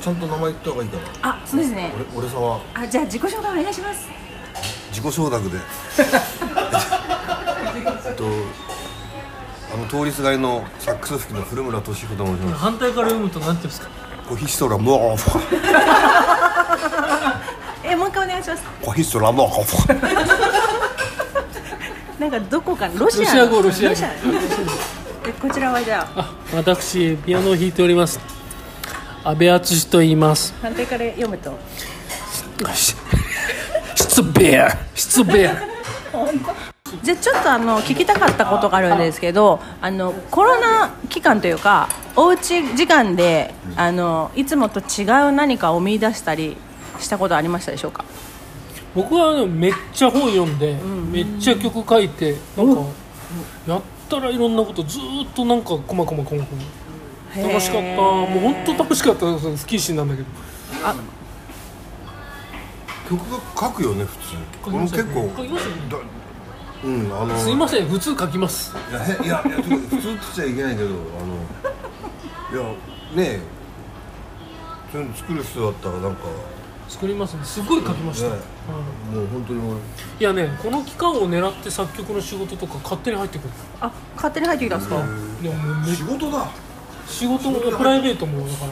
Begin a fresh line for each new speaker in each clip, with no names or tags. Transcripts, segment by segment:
ちゃんと名前言った方がいいかな
あ、そうですね。
俺俺さは
あ、じゃあ自己紹介お願いします。
自己承 諾でえっとあの通りすがりのサックス吹きの古村俊彦と申します
反対から読むとなんていうんですか
コヒストラ モーファ
え、もう一回お願いします。
コヒストラモーファ
なんかどこかロシア。
ロシア語ロシア語
でこちらはじゃあ
あ私ピアノを弾いております安倍敦と言います
反対から読むと。
失礼失礼
じゃあちょっとあの聞きたかったことがあるんですけどあのコロナ期間というかおうち時間であのいつもと違う何かを見出したりしたことありましたでしょうか
僕はあのめっちゃ本読んで、めっちゃ曲書いてなんかやったらいろんなことずーっとなんかこまこまこまこま楽しかったもう本当楽しかったです不謹慎なんだけど
曲が書くよね普通俺も結構
書きますよね
だうんあの
すいません普通書きます
いやへいやいや普通って言っちゃいけないけどあのいやねえそういうの作る人だったらなんか
作りますねすごい書きました、
ねもう本当に俺
いやねこの期間を狙って作曲の仕事とか勝手に入ってくる
あ勝手に入ってきたんですか
でももうめ
仕事だ
仕事もプライベートもだから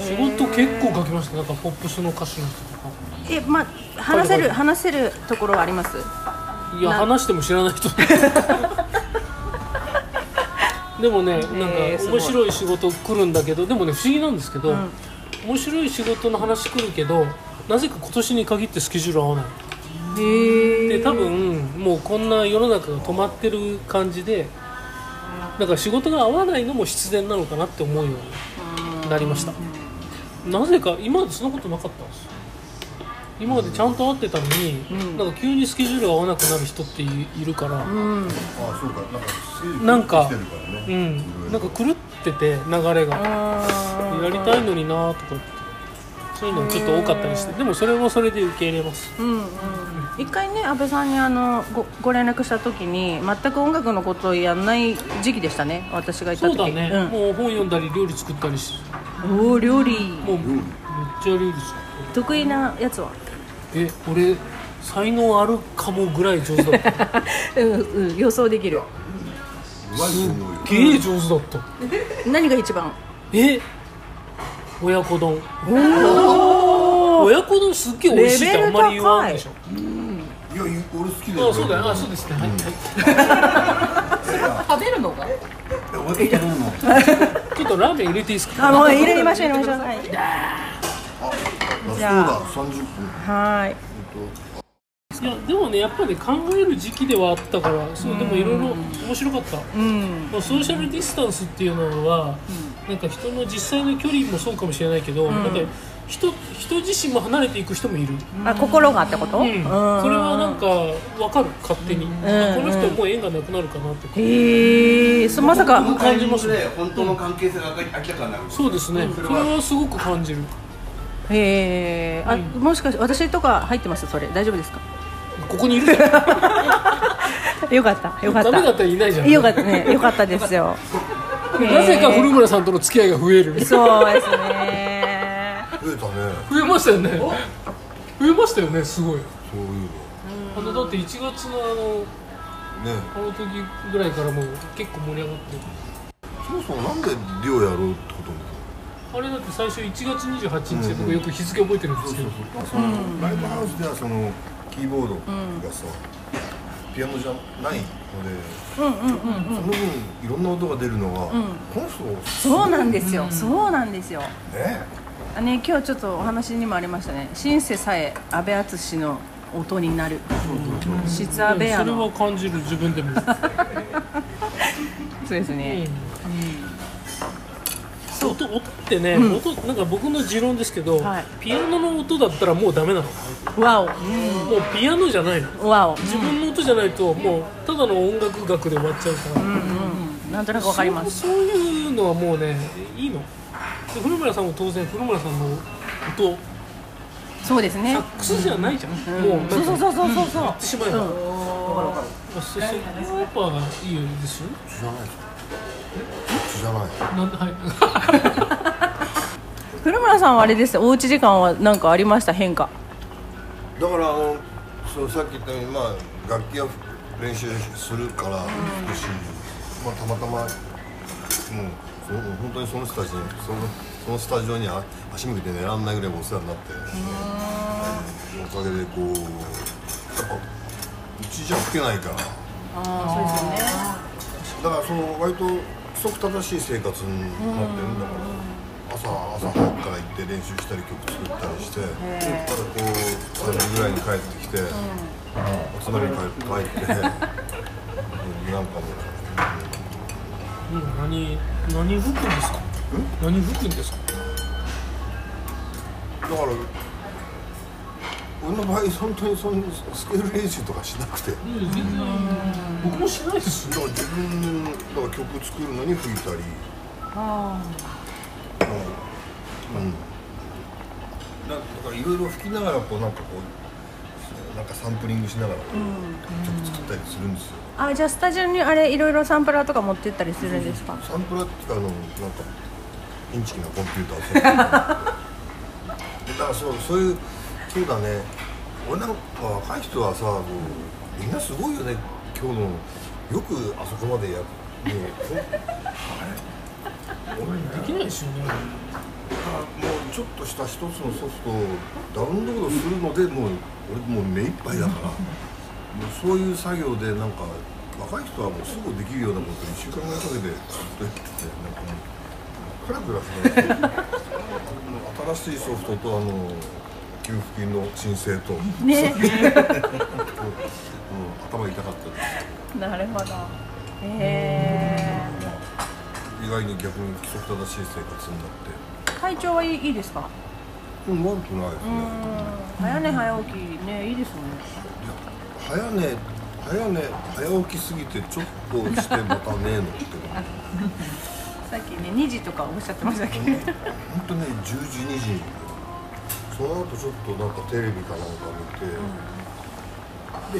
仕事結構書きましたなんかポップスの歌手の人とか
えまあ話せる話せるところはあります
いや
な
話しても知らな い人でもねなんか
えーすごい
面白い仕事来るんだけどでもね不思議なんですけど、面白い仕事の話来るけどなぜか今年に限ってスケジュール合わない
へ
で多分もうこんな世の中が止まってる感じでだから仕事が合わないのも必然なのかなって思うようになりましたなぜか今までそんなことなかったんですよ今までちゃんと会ってたのに、なんか急にスケジュールが合わなくなる人っていいるから、
ああそうかなんか整理
なんか
来てるからね
うん、なんか狂ってて流れがやりたいのになとかってそういうのもちょっと多かったりしてでもそれもそれで受け入れます
一回ね安倍さんにあのごご連絡した時に全く音楽のことをやんない時期でしたね私が行った
そう
時
だね、もう本読んだり料理作ったりし
うん、おお料理
もうめっちゃ料理作
得意なやつは
ってるえ俺才能あるかもぐらい上手だった
うん、うん、予想できる
うまいと思うよ
ゲー上手だった
何が一番
え親子丼親子丼すっげえ美味しいってあんまり言わんでしょ
いやい俺好きだよ
あそうだよあそうですね、はいはい
食べるのが
俺食べるの
ちょっとラーメン入れていいですか
あもう入れましょう入れましょうはい
そう
じゃ
だ30分
はい
いやでもねやっぱり、ね、考える時期ではあったからそうでもいろいろ面白かった、まあソーシャルディスタンスっていうのは、なんか人の実際の距離もそうかもしれないけど、なんか人人自身も離れていく人もいる、
あ心がってこと、
うんそれはなんか分かる勝手に、あこの人もう縁がなくなるかなとか、
へえそまさか
感じますね
で本当の関係性が明らかになる
そうですね、それはすごく感じる
へえあもしかして私とか入ってますそれ大丈夫ですか
ここにいるじゃん
よかったよかっ
ダメだったたらいないじゃん
よかったねよかったですよ
なぜか古村さんとの付き合いが増える
そうですね
増えたね
増えましたよね増えましたよねすごい
そういうの
あのだって1月のあの
ね
あの時ぐらいからもう結構盛り上がってる
そもそもなんで寮やろうってことにな
あれだって最初1月28日で僕よく日付覚えてるんですけど、
ったのそのライブハウスではそのキーボードがさ、ピアノじゃないので、その分いろんな音が出るのが、この人
そうなんですよ、そうなんですよ
ね
あね今日ちょっとお話にもありましたねシンセさえ安倍敦の音になる質安倍
そ
ア
れ
の
は感じる自分でも、
そうですね、
そう音音ってね、音なんか僕の持論ですけど、
はい
ピアノの音だったらもうダメなの、
わお、
もうピアノじゃないの
わお
自分の音じゃないともうただの音楽学で終わっちゃうから、
なんとなくわかります
そうそういうのはもうねいいので古村さんも当然古村さんの音
そうですね
サックスじゃないじゃん、もうなんか
そうそうそうそうそう
言ってしまえば、うん、そそこはやっぱいいですよ
じゃないじゃない
なんではい
古村さんはあれですよおうち時間は何かありました変化
だからあのそうさっき言ったように、まあ、楽器は練習するから少し、まあ、たまたまもうその本当にその人たちにそのそのスタジオには足向けて寝らんないぐらいお世話になって、うんおかげでこうやっぱうちじゃ吹けないからだからその割と規則正しい生活になってるんだから。朝朝早くから行って練習したり曲作ったりしてただこう3時ぐらいに帰ってきて、集まりに帰って帰ってうんなんかも
うん何何吹くんですか何吹くんですか
うだから俺の場合本当にそのスケール練習とかしなくてだか
うん全然僕もしないですよ
ら自分だから曲作るのに吹いたりうんなだからいろいろ吹きながらこうなんかこうなんかサンプリングしながらこう曲作ったりするんですよ
あじゃあスタジオにあれいろいろサンプラーとか持ってったりするんですか
サンプラーっていうかあのなんかインチキなコンピュー ターをだからそうそういうそうだね俺なんか若い人はさもうみんなすごいよね今日のよくあそこまでやるもうほんあれ俺ね
できないですよね
もうちょっとした一つのソフトをダウンロードするのでもう俺もう目いっぱいだからもうそういう作業でなんか若い人はもうすぐできるようなこと1週間ぐらいかけてずっとやっててなんかもうクラクラしない新しいソフトとあの給付金の申請と、うん
ね
頭痛かったです
なるほどへ
意外に逆に規則正しい生活になって
え体調はいいいいですか
うん悪くないです
う
ね、
ん早寝早起きねいいですもんね
早寝早寝早起きすぎてちょっとしてまた寝えのって
さっきね2時とかおっしゃってましたけど
本当ね10時2時その後ちょっとなんかテレビかなんか見て、で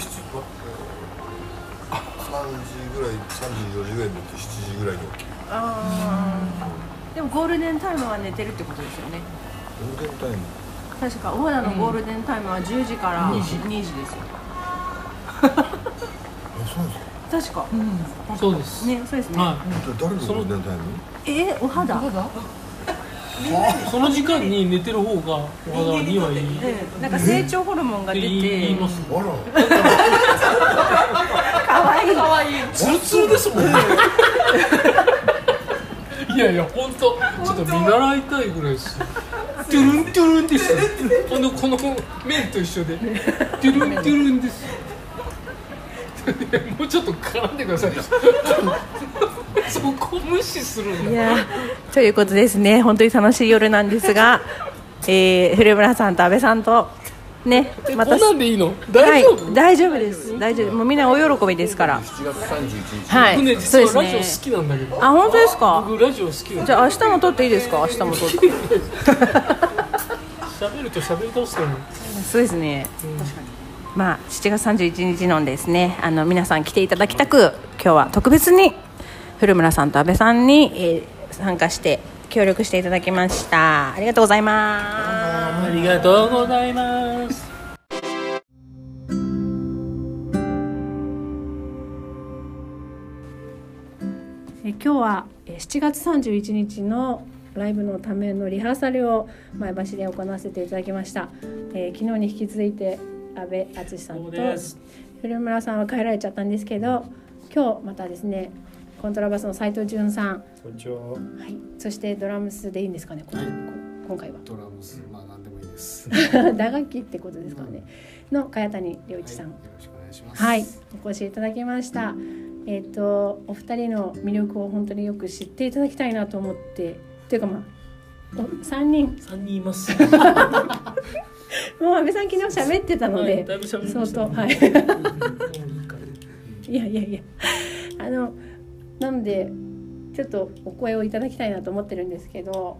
7時あ3時ぐらい3時4時ぐらいに寝て7時ぐらいに起きる
でもゴールデンタイムは寝てるってことですよね
ゴールデンタイム
確かオーナのゴールデンタイムは10時から2時ですよ
あそうなんですか
確か
そうです
ねそうですね
は
本当に誰のゴールデンタイム
えーお肌
いその時間に寝てる方がお肌にはいいって
うんなんか成長ホルモンが出
言い
て
ます
あら
可愛い可愛い
ツルツルです もんね いやいや本当ちょっと見習いたいぐらいです よトゥルントゥルンですよこのこの面と一緒でトゥルントゥルンです よもうちょっと絡んでくださいよ そこ無視するん
い
だ
やーということですね本当に楽しい夜なんですが、えー、古村さんと阿部さんとね
え
ま
こ
た
んなんでいいの大丈夫、
はい、大丈夫です大丈夫もうみんなお喜びですから
7月31日
は
僕ね
い
実
そう
はラジオ
で
好
すね
きなんだけど
あ本当ですか
僕ラジオ好きなん
じ
だ
ゃあ明日も撮っていいですか明日も撮って
喋ると喋り倒すからね
そうですね、まあ7月31日のですねあの皆さん来ていただきたく今日は特別に古村さんと阿部さんに、えー参加して協力していただきましたありがとうございます
ありがとうございます
え今日はえー7月31日のライブのためのリハーサルを前橋で行わせていただきました、えー昨日に引き続いて阿部淳さん
そう
と
です
古村さんは帰られちゃったんですけど今日またですねコントラバスの斉藤潤さん
こんにちは。
はい、そしてドラムスでいいんですかね、こ
はい
こ今回は
ドラムス、まあ、何でもいい です。
打楽器ってことですかね、の茅谷良一さん
よろしくお願いします。
はい、お越しいただきました。えっ、とお二人の魅力を本当によく知っていただきたいなと思って、というかまあお三人
三人います。
もう安倍さん昨日喋ってたの
はい
で、
だいぶ喋りま
相
した
当
ね
はい いやいやいやあのなのでちょっとお声をいただきたいなと思ってるんですけど。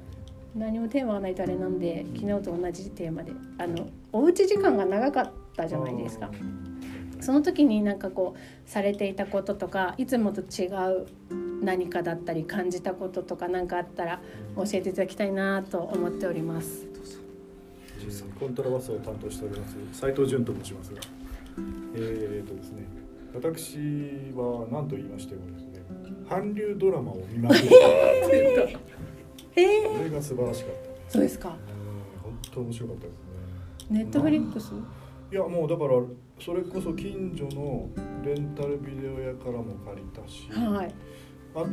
何もテーマがないとあれなんで昨日と同じテーマであのおうち時間が長かったじゃないですかその時になんかこうされていたこととかいつもと違う何かだったり感じたこととか何かあったら教えていただきたいなと思っております。
えーコントラバスを担当しております斉藤潤と申しますが、えーとですね、私は何と言いましてもですね、韓流ドラマを見まくり、
え
これが素晴らしかった。
そうですか。
本当面白かったですね。
ネットフリックス。
いやもうだからそれこそ近所のレンタルビデオ屋からも借りたし、
はい。
あとあの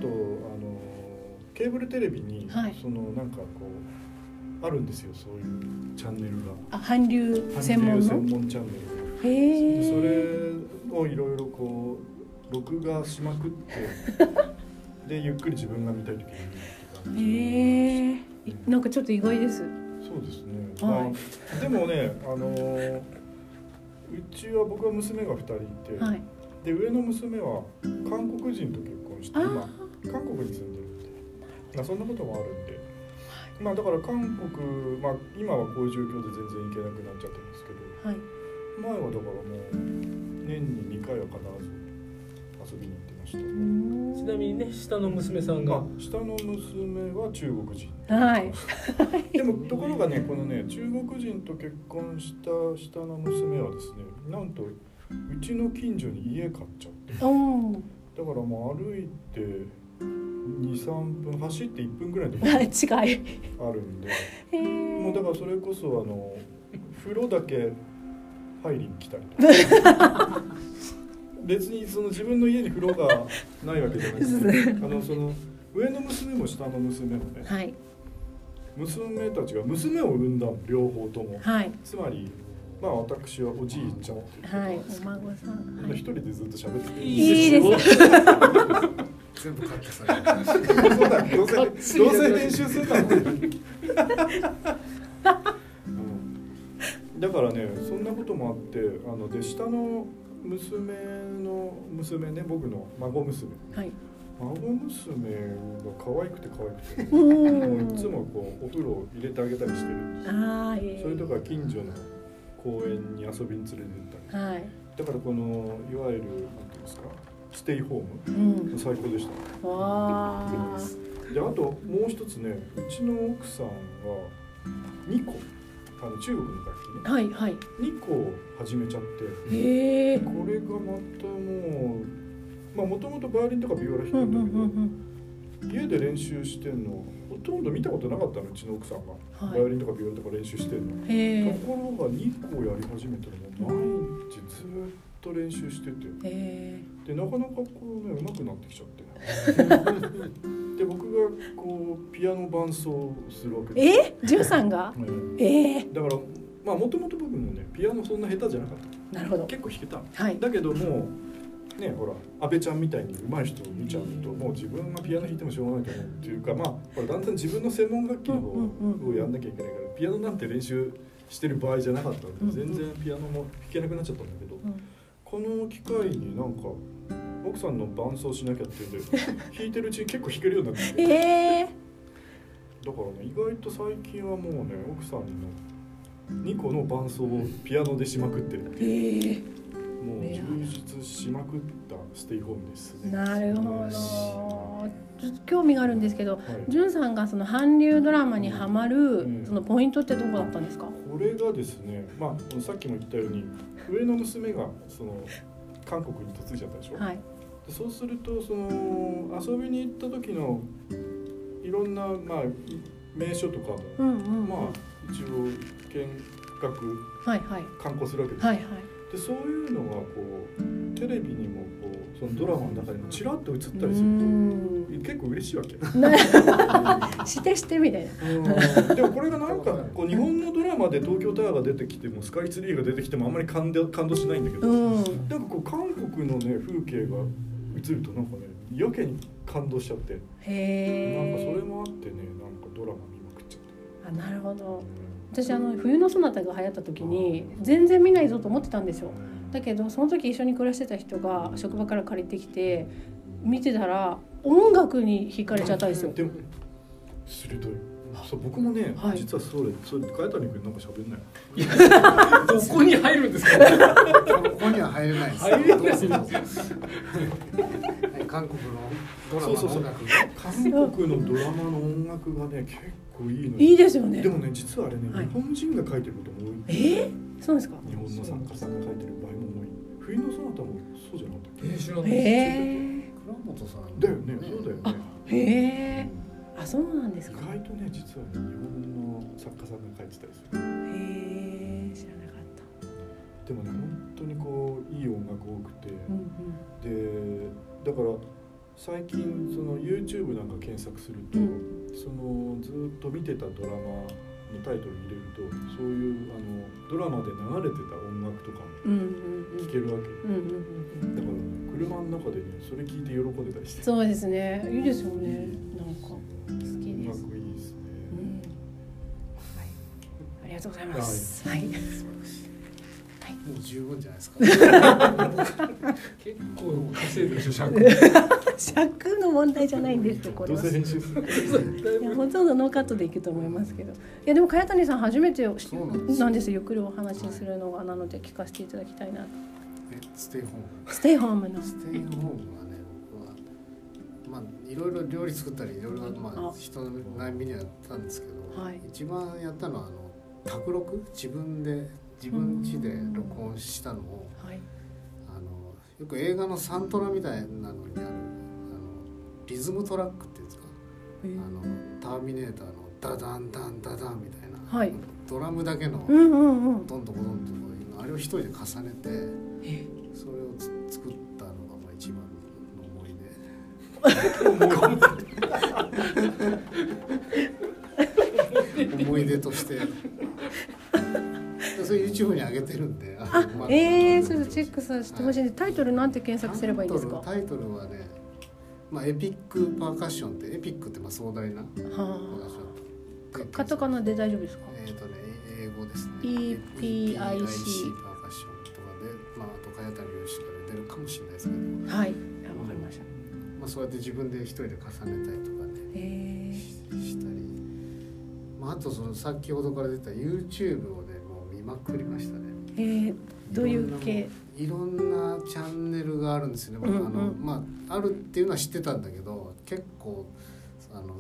ケーブルテレビに、
はい
そのなんかこうあるんですよそういうチャンネルが。
あ、韓流専門の
韓流。専門チャンネルが。
へ
でそ
え。
れをいろいろこう録画しまくって でゆっくり自分が見たい時に見るって感
へ
じ
え。いなんかちょっと意外です。
そうですね、
はい
まあでもねあのーうちは僕は娘が2人いて、
はい。
で上の娘は韓国人と結婚して
あー
今韓国に住んでるんでまあそんなこともあるんで、まあだから韓国、まあ、今はこういう状況で全然行けなくなっちゃってますけど、
はい。
前はだからもう年に2回は必ず遊びに行ってました、
ちなみにね下の娘さん
ま
が
あ、下の娘は中国人
はい。
でもところがねこのね中国人と結婚した下の娘はですねなんとうちの近所に家買っちゃって
おお。
だからもう歩いて23分走って1分ぐらいのとこ
はい、違い。
あるんで
へえ。
もうだからそれこそあの風呂だけ入りに来たりと か別にその自分の家に風呂がないわけじゃなく てあのその上の娘も下の娘もね
はい。
娘たちが娘を産んだの両方とも
はい。
つまりまあ私はおじいちゃんっていうこと
はい。
なんです
お孫さん。
けど一人でずっと喋ってて
いいです
よ
全部カットされてる。
そうだどうせどうせ練習するんだもん、うんだからねそんなこともあってあので下の娘の娘ね僕の孫娘
はい。
孫娘が可愛くて可愛く
う
て、もういつ
ん。
もこうお風呂を入れてあげたりしてるんで
ああ、え
す
え。
それとか近所の公園に遊びに連れて行ったり
はい。
だからこのいわゆるなんていうんですかステイホ
う
ー
ん。
ム最高でした
わあ。
であともう一つねうちの奥さんが2個あの中国の楽器ね
はいはい。
2個を始めちゃって
へえ。
これがまたもうまあもともとバイオリンとかビオラ弾
うんう
く
んうん
だ
ん
けど家で練習してんのほとんど見たことなかったのうちの奥さんが、
はい
バイオリンとかビオラとか練習してんの、
うん。へ
と
え。
ころが2個やり始めたらもう毎日ずっと練習してて
へえ。
でなかなかこうね上手くなってきちゃってで僕がこうピアノ伴奏をするわけです
え、じゅうさんが。
うん
ええ。
だからまあもともと僕もねピアノそんな下手じゃなかった
なるほど。
結構弾けた
はい。
だけどもうねほら阿部ちゃんみたいに上手い人を見ちゃうともう自分がピアノ弾いてもしょうがないかなっていうかまあほらだんだん自分の専門楽器の
うんうんうん
方をやんなきゃいけないからピアノなんて練習してる場合じゃなかったんで全然ピアノも弾けなくなっちゃったんだけど
うん
この機会になんか奥さんの伴奏しなきゃっていうんで弾いてるうちに結構弾けるようになってきてだか
ええ。
らね意外と最近はもうね奥さんの2個の伴奏をピアノでしまくってる
ええ。
もう充実しまくったステイホームですね
なるほど。
素晴
ちょっと興味があるんですけど。
らしいはい
じゅんさんがその韓流ドラマにハマ
うん
る、そのポイントってどこだったんですか。
これがですね、まあ、さっきも言ったように上の娘がその韓国に嫁いじゃったでしょ、
はい。
でそうするとその遊びに行った時のいろんな、まあ、名所とかも、
うんうん。
まあ一応見学
はいはい。
観光するわけです、
はいはい。
でそういうのがこうテレビにもこうそのドラマの中にもちらっと映ったりする
う
と、
ん。
結構嬉しいわけ
してしてみたいな。
うんでもこれがなんかこう日本のドラマで東京タワーが出てきてもスカイツリーが出てきてもあんまり感動感動しないんだけど、
うん。
なんかこう韓国のね風景が映るとなんかねやけに感動しちゃって、なんかそ
へ
れ
え。
もあってねなんかドラマ見まくっちゃって、
あ、なるほど。私あの冬のソナタが流行った時に全然見ないぞと思ってたんですよだけどその時一緒に暮らしてた人が職場から借りてきて見てたら音楽に惹かれちゃったんですよ
でも鋭いそう僕もね、
はい
実はそれそれ変えたりくんなんか喋んない
どこに入るんですか
ここには入れないです。
入れない
どうするの。はい韓国のドラ
そう
マ
そ
の
うそう
音楽が
韓国のドラマの音楽がね結構いいのよ
いいですよね
でもね実はあれね、
はい
日本人が書いてることも多い
えー、そうですか
日本の作家さんが書いてる場合も多い冬のソナタもそうじゃなかったっ
えー知らない
へえ
倉本さん
けだよねそうだよね
へえあそうなんです
意
かへ
外とね実はね日本の作家さんが書いてたりする
え知らなかった
でもね本当にこういい音楽多くて、
うん
でだから最近その YouTube なんか検索すると、
う
そのずっと見てたドラマのタイトル入れるとそういうあのドラマで流れてた音楽とかも
うんうんうんうん
聴けるわけ、
うんうんうんうん
だから、ね、車の中でねそれ聞いて喜んでたりして
そうですねいいですよねなんか好
音
きで
楽
す
いいですね、
うんはいありがとうございますはい
もう十分じゃないですか結構稼いでるでしょ尺
尺の問題じゃないんですよこれ
どう
は
せ編集する
いやほとんどノーカットでいくと思いますけどいやでも茅谷さん初めてし
そうなんです
なんですよゆっくりお話しするのがなので聞かせていただきたいなと
えステイホーム
ステイホームの
ステイホームはね僕はまあいろいろ料理作ったりいろいろま
あ
あ人の悩みにはやったんですけど、
はい
一番やったのはあの卓録自分で自分家で録音したのを
はい
あのよく映画のサントラみたいなのにあるあのリズムトラックっていうんですか
え
あ
ー
のターミネーターのダダンダンダダンみたいな、
はい
ドラムだけの
うんうんうん
どんどんどんどんこういうのあれを一人で重ねてそれをつ作ったのがまあ一番の思い出思い出としてそれ YouTube に上げてるんであ
あ
のまあ
えー、ちょっとチェックさせてほしいんでタイトルなんて検索すればいいんですかは
タイトルタイトルはね、まあ、エピックパーカッションってエピックってまあ壮大なパーカッション
あカタカナで大丈夫ですか
えーとね、英語ですね。
EPIC
EPIC パーカッションとかで、まあ、あと茅谷良氏から出るかもしれないですけど、
はいあわかりました
まあ、そうやって自分で一人で重ねたりとかね、
えー
したり、まあ、あとその先ほどから出た YouTube をねもう見まくりましたね。
えー、どういう系
いろんなチャンネルがあるんですよね。僕
うんうん
あのまああるっていうのは知ってたんだけど、結構あの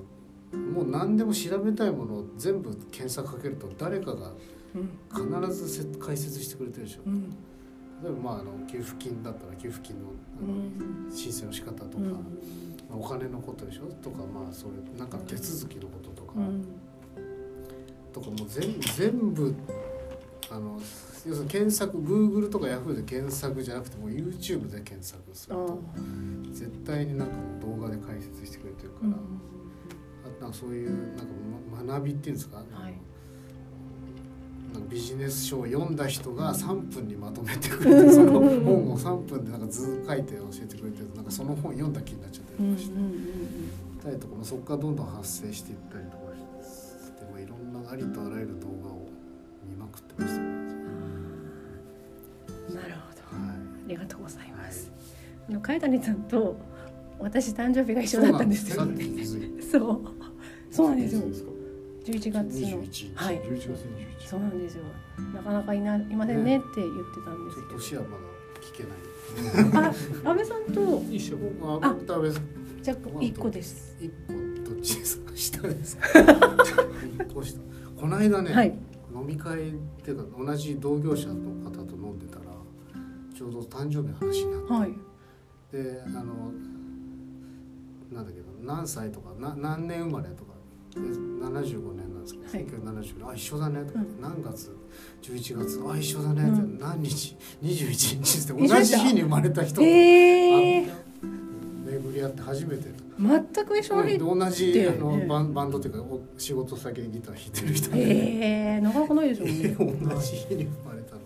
もう何でも調べたいものを全部検索かけると誰かが
うん
必ずせ解説してくれてるでしょ。
うん
例えばまああの給付金だったら給付金のあ
う
の
ん
申請の仕方とか、
うん
まあお金のことでしょとかまあそれなんか手続きのこととか、
うん
とかもう全全部あの要するに検索 Google とか Yahoo で検索じゃなくてもう YouTube で検索す
あ
る
ー
と絶対になんかもう動画で解説してくれてるか
う
ら、
ん
あとなんかそういうなんかま学びっていうんですか、
はい
なんかビジネス書を読んだ人が3分にまとめてくれてその本を3分でなんか図書いて教えてくれてるとなんかその本読んだ気になっちゃった
う
り
んう
と
ん
かして、たりとか、まあ、そこからどんどん発生していったりとかして、まあ、いろんなありとあらゆる動画を見まくってまし
う
た、
んうんなるほど
はい
ありがとうございます。あの海谷さんと私誕生日が一緒だったんです
そ
よ
う。なんですよ
そう。そうなんですよ。
か
11月
21
の。
日、
はい
11月21日
そうなんですよ。なかなかいないませんねって言ってたんで
ちょっと
す
年
け
はまだ聞け
ど。あ、
ない
安倍さんと
一緒
僕は安倍安倍
じゃあ一個です。
一個どっちですか下ですか一個下この間ね、
はい。
飲み会っていうか同じ同業者の方と飲んでたらちょうど誕生日の話になって、
はい。
であのなんだけど何歳とかな何年生まれとかで75年なんですけど、1970年あ一緒だねとか、
うん
何月11月あ一緒だねって、
うん
何日21日って
一緒だ
同じ日に生まれた人と巡
ええー。
り合って初めて。
全く一緒に。
同
だ
じ
よ
あ
ね
のバンバンドっていうかお仕事先でギター弾いてる人で、
ええー、なかなかないですよ ね。
同じ日に生まれたの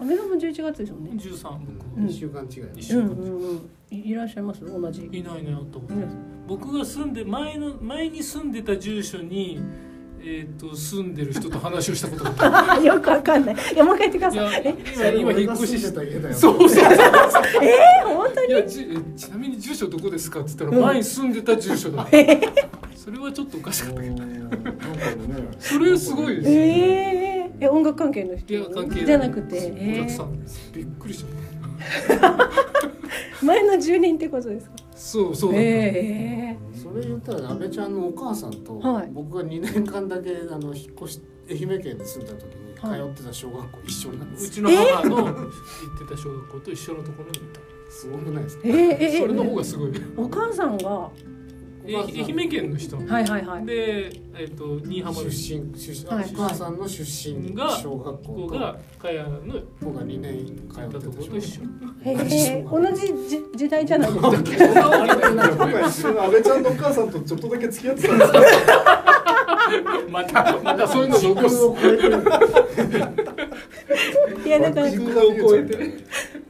安倍さんも11月ですよね。
13
うん一週間違いだね
一
う
緒
んうんうん。いいらっしゃいます同じ。
いないねあったこと
ね
僕が住んで前の前に住んでた住所に、えー、と住んでる人と話をしたことがあ
あ、よくわかんない。いやもう一回言ってくだ
るい
さい。
や
え、
今今引っ越しして
た家だよ
そうそう
本当に
いやじえちなみに住所どこですかって言ったら前に住んでた住所だ、それはちょっとおかしかった
なんかね
それすごいですよ
えええ音楽関係の人
いや関係ない
じゃなくて、
お客さ
え
んですびっくりし
ー前の住人ってことですか
た
そうそうだった、
ええ
それ言ったら阿部ちゃんのお母さんと
はい
僕が2年間だけあの引っ越し愛媛県に住んだ時に通
はい
ってた小学校一緒なんで
う
すよ
ちの母の行ってた小学校と一緒のところにいた
すごくないですか
えええ
それの方がすごい
お母さんがは
え愛媛県の人
いはいはい
で、えっと新居浜の
出身出身、
はい
お母さんの出身
が
小学校
子
と
が茅屋の行
僕が2年通
ったところと
ってた
一
小
緒
学
へえ同じじ時代じゃないですか
や僕は一緒に安倍ちゃんのお母さんとちょっとだけ付き合ってたんですけど
またまたそういうの
校時空を超えて
いやだから
時空を超えて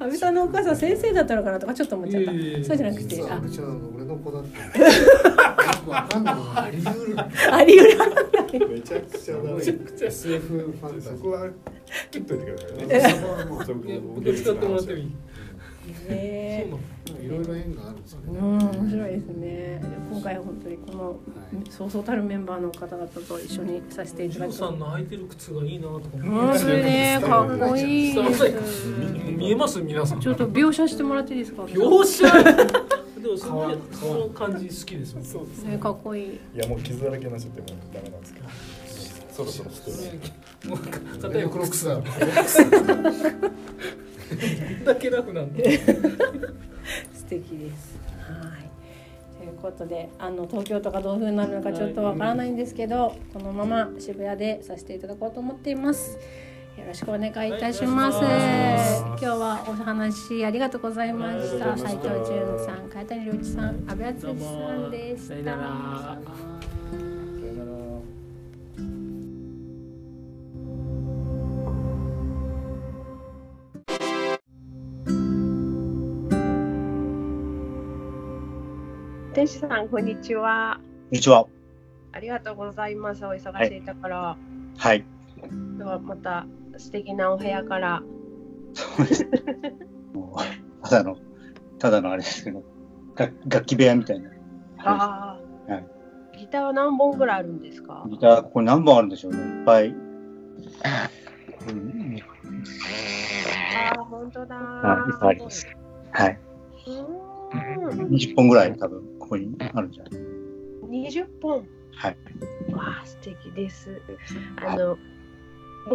安倍さんのお母さん先生だったのかなとかちょっと思っちゃった
いえいえいえ
そうじゃなくて
実は
あ
安倍ちゃんは俺の子だったよくわかんないあり得る
ありうら
めちゃくちゃだね
めちゃくちゃ
SF ファンタ
そ
ジー
こは切っといてくださいねそこはもうそこ
ね僕使ってもらってもいいそう
へ
なの
いろいろ縁があるんですよ
えう
ね、
ん面白いですね今回は本当にこの
はい
そうそうたるメンバーの方々と一緒にさせてい
ジ
ただ
ロ
き
ーさん
ま
の履いてる靴がいいなとか思っ
本
て
当にねかっこいいです
見えます皆さん
ちょっと描写してもらっていいですか
描写 でもそのその感じ好きですもんそうです
えーかっこいい
いやもう傷だらけになっちゃってもうダメなんですけどそろそろストレ
もう片
俺
や
のクロックスだ
だけ楽なんで
素敵です。はい。ということで、あの東京とかどういう風になるのかちょっとわからないんですけど、このまま渋谷でさせていただこうと思っています。よろしくお願いいたします。今日はお話ありがとうございました。斉藤潤さん、海谷良一さん、阿部敦史さんでした。
さよなら
ーさよなら
天使さん、こんにちは。
こんにちは。
ありがとうございます。お忙しいところ。
はい。
ではまた素敵なお部屋から。
そうです。もう、ただの、ただのあれですけど、楽楽器部屋みたいな。
ああ、
はい
ギターは何本ぐらいあるんですか
ギター、ここ何本あるんでしょうね。いっぱい。うん
ああ、本当だ。
あいっぱいあります。はい。
うーん
20本ぐらい多分、ここにあるんじゃない
20本。
はい。
わあ、素敵です。あの、も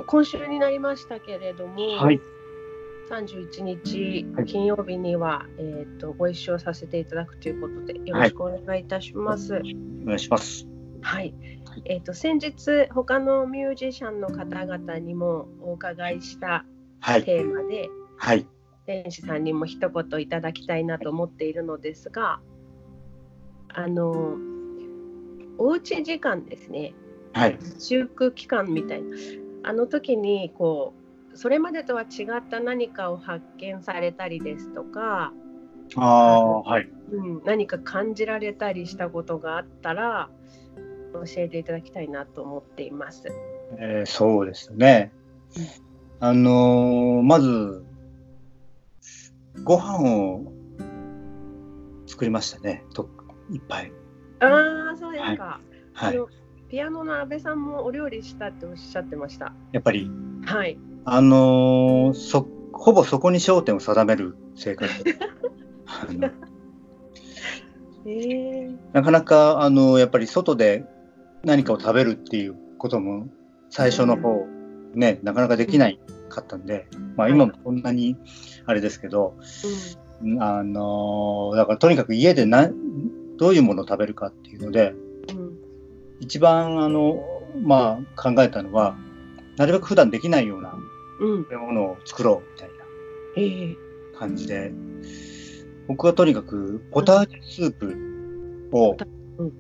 う今週になりましたけれども、
はい。
31日
はい
金曜日には、えー、とご一緒させていただくということで、よろしくお願いいたします。
お願いします。
はい、えっ、と先日他のミュージシャンの方々にもお伺いした
はい。
テーマで、
はい。
天使さんにも一言いただきたいなと思っているのですが、あのおうち時間ですね、
はい。
修復期間みたいな、あの時にこうそれまでとは違った何かを発見されたりですとか、
ああ、はい。
うん、何か感じられたりしたことがあったら教えていただきたいなと思っています。
えーそうですね。あのーまず、ご飯を作りましたね。といっぱい。
ああ、そうですか。
は
あ
い。
のピアノの安倍さんもお料理したっておっしゃってました。
やっぱり、
はい。
あのーそ、ほぼそこに焦点を定める 生活。あの
えー、
なかなか、あのーやっぱり外で何かを食べるっていうことも、最初の方、ね、なかなかできないかったんで、まあ今もこんなに、あれですけど、あのーだからとにかく家でな、どういうものを食べるかっていうので、
うん、うん、
一番、あの、まあ考えたのは、なるべく普段できないような
うん、
食べ物を作ろうみたいな。
えー、
感じで、僕はとにかくポタージュスープを、
う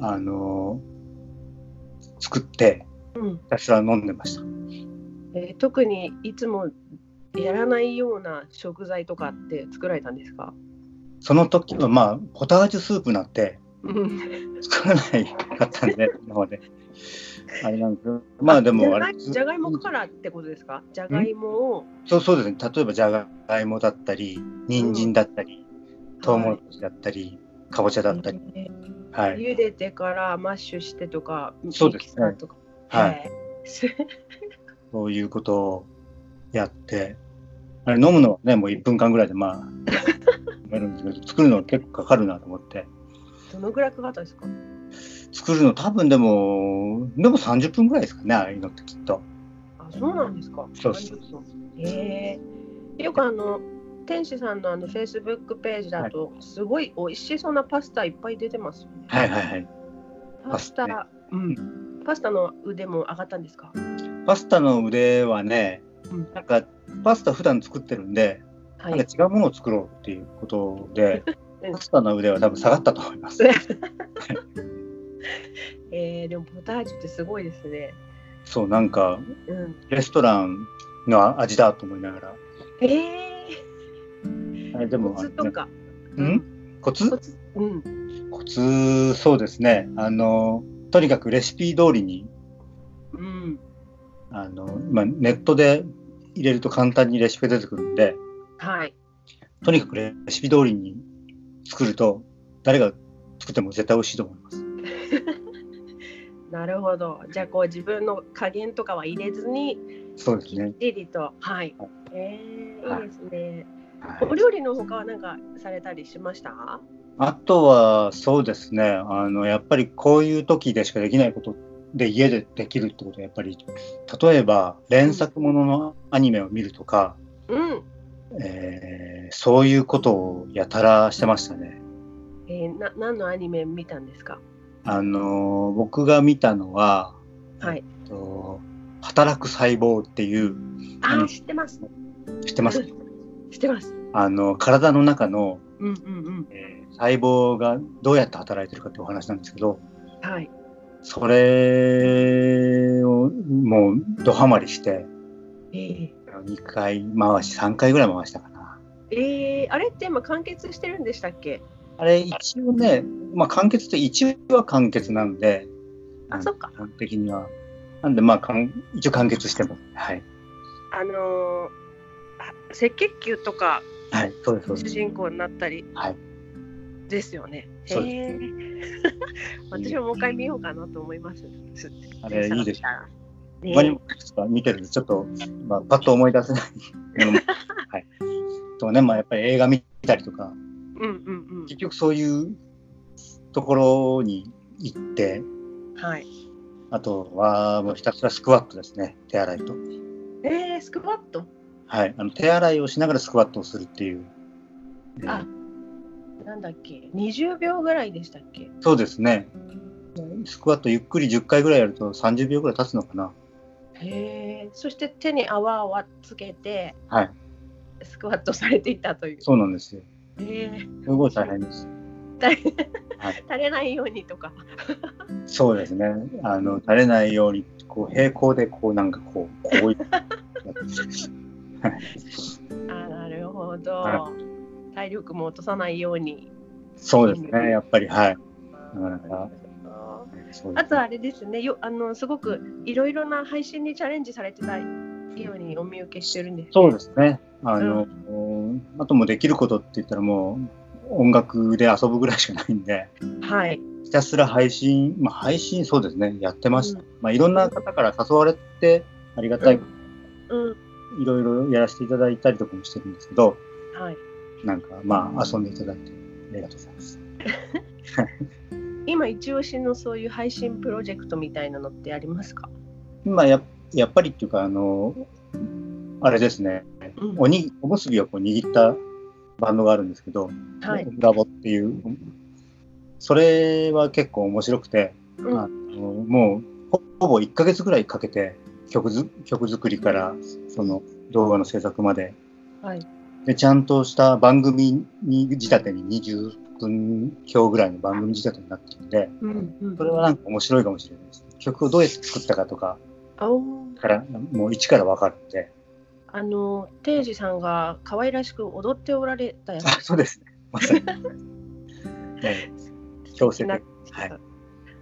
あのー作って、
うん
ひたすら飲んでました。
えー特にいつもやらないような食材とかって作られたんですか。
その時はまあ、ポタージュスープなんて
うん、
作らないかったんで、今まで。あれなんですけどまあでもあ
じゃが
れ
いじゃがいもからってことですか。じゃがいもを。
そうそうですね。例えば、じゃがいもだったり、人参だったり、トウモロコシだったり、かぼちゃだったり、
え
は
ー
い。
茹でてからマッシュしてとか、
そうですね
ミキサーとか。
はい
えー。 す
そういうことをやって、あれ飲むのはね、もう1分間ぐらいでまあ、やるんですけど、作るの結構かかるなと思って。
どのぐらいかかったんですか
作るの多分でも、でも30分ぐらいですかね、ああいうのってきっと。
あそうなんですか
そうそう
へえよくあの天使さんのあのフェイスブックページだと、すごい美味しそうなパスタいっぱい出てますよね
はいはいはい。
パスタ、うん、パスタの腕も上がったんですか
パスタの腕はね、なんかパスタ普段作ってるんで、
は
なんか違うものを作ろうっていうこと で、パスタの腕は多分下がったと思います。
えー、でもポタージュってすごいですね
そう、なんか
うん
レストランの味だと思いながら。
ええ
あれでも
ー、ずっとか
うんコツ
うん
コツ、そうですね。あの、とにかくレシピ通りに、
うん
あの、今ネットで入れると簡単にレシピが出てくるんで、
はい
とにかくレシピ通りに作ると、誰が作っても絶対美味しいと思います。
なるほどじゃあこう自分の加減とかは入れずに
そうですね。
リリとはいえー、いいですねお料理の他は何かされたりしました
あとは、そうですね。あの、やっぱりこういう時でしかできないことで家でできるってことは、やっぱり、例えば連作もののアニメを見るとか、
うん
えーそういうことをやたらしてましたね。
えー、な何のアニメ見たんですか
あのー僕が見たのは、
はい
えっと働く細胞っていう、
あー知ってます
知ってます
知ってます
あの、体の中の
うんうん
細胞がどうやって働いてるかってお話なんですけど、
うんはい
それをもうドハマりして、
え
2回回し、3回ぐらい回したかな。
ー、えー、あれって今完結してるんでしたっけ
あれ一応ね、まあ完結って一応は完結なんで、
あそっか
基本的には。なんでまあかん一応完結してます。はい。
あのー、あ赤血球とか
はい、そうです、そう
主
です。
人公になったり
はい
ですよね。
そう
へえ 私ももう一回見ようかなと思います。
あれいいです
ね
他にもいくつか見てるんで、ちょっと、まあ、パッと思い出せない ものも。はい。とね、まあやっぱり映画見たりとか、
うんうん
結局そういうところに行って、
うん。はい。
あとはもうひたすらスクワットですね、手洗いと。
えー、スクワット
はい。あの手洗いをしながらスクワットをするっていう。
あ、なんだっけ、20秒ぐらいでしたっけ。
そうですね。スクワットゆっくり10回ぐらいやると30秒ぐらい経つのかな。
へえ、そして手に泡をつけて、
はい。
スクワットされていたという。
そうなんですよ。
へえ、
すごい大変です。
た垂
はい。
れないようにとか。
そうですね。あの、垂れないように、こう、平行で、こう、なんかこう、こういう。
あ、なるほど。
は
体力も落とさないように。
そうですね。やっぱり、はい。なかなか。そうで
あ
す
とあれですね、よあのすごくいろいろな配信にチャレンジされてたようにお見受けしてるんです。
そうですね。あの、あともうできることって言ったらもう、音楽で遊ぶぐらいしかないんで、
はい。
ひたすら配信、まあ配信そうですね、やってました。まあいろんな方から誘われて、ありがたい、
うん。
いろいろやらせていただいたりとかもしてるんですけど、
はい。
なんかまあ遊んでいただいてありがとうございます。
今一押しのそういう配信プロジェクトみたいなのってありますか。
まあややっぱりっていうか、あの、あれですね、おにおむすびをこう握ったバンドがあるんですけど、
はい
ラボっていう、それは結構面白くて、
うん
あのもうほほぼ1ヶ月ぐらいかけて曲ず曲作りからその動画の制作まで
はい。
でちゃんとした番組に仕立てに20分強ぐらいの番組仕立てになってるんで、
うんうん。
それはなんか面白いかもしれないです。曲をどうやって作ったかとか
あお。
から、もう一からわかるんで。
あの定時さんが可愛らしく踊っておられたやつ
あ、そうですね。ま さに。ね強制的。はい。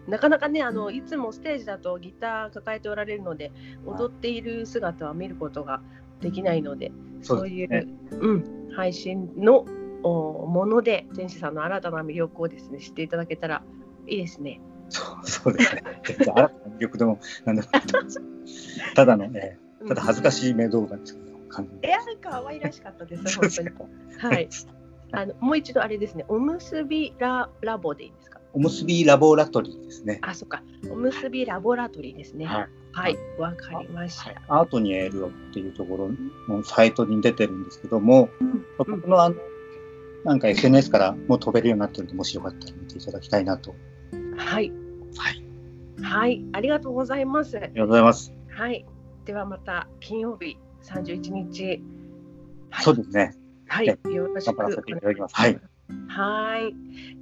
なかなかねあのいつもステージだとギター抱えておられるので踊っている姿は見ることができないのでそういう
です
うん、配信のおもので天使さんの新たな魅力をですね知っていただけたらいいですね。
そうですね。全然新たな魅力でも、なんでもないと思います。 ただのね、ただ恥ずかしい目動画ですけど、完全に
いや可愛らしかったです本当に。はい。あのもう一度あれですね、おむすびララボでいいですか。
おむすびラボラトリーですね。
あ、そっか、おむすびラボラトリーですね。
はい
はい、わ、かりました。
アートにエールをっていうところのサイトに出てるんですけども、僕のあの、なんか SNS からもう飛べるようになってるので、もしよかったら見ていただきたいなと。あ
はい。はい。ありがとうございます。
りがとうございます。
はい。ではまた金曜日三十一日。
そうですね。
はい。
ね
よろし
頑
く
張らせていただきます。はい。
はい。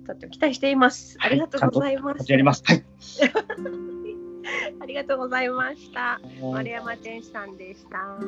とっても期待しています。ありがとうございま
ちゃ
す
ん立。ち上げます。はい。
ありがとうございました。丸山天使さんでした。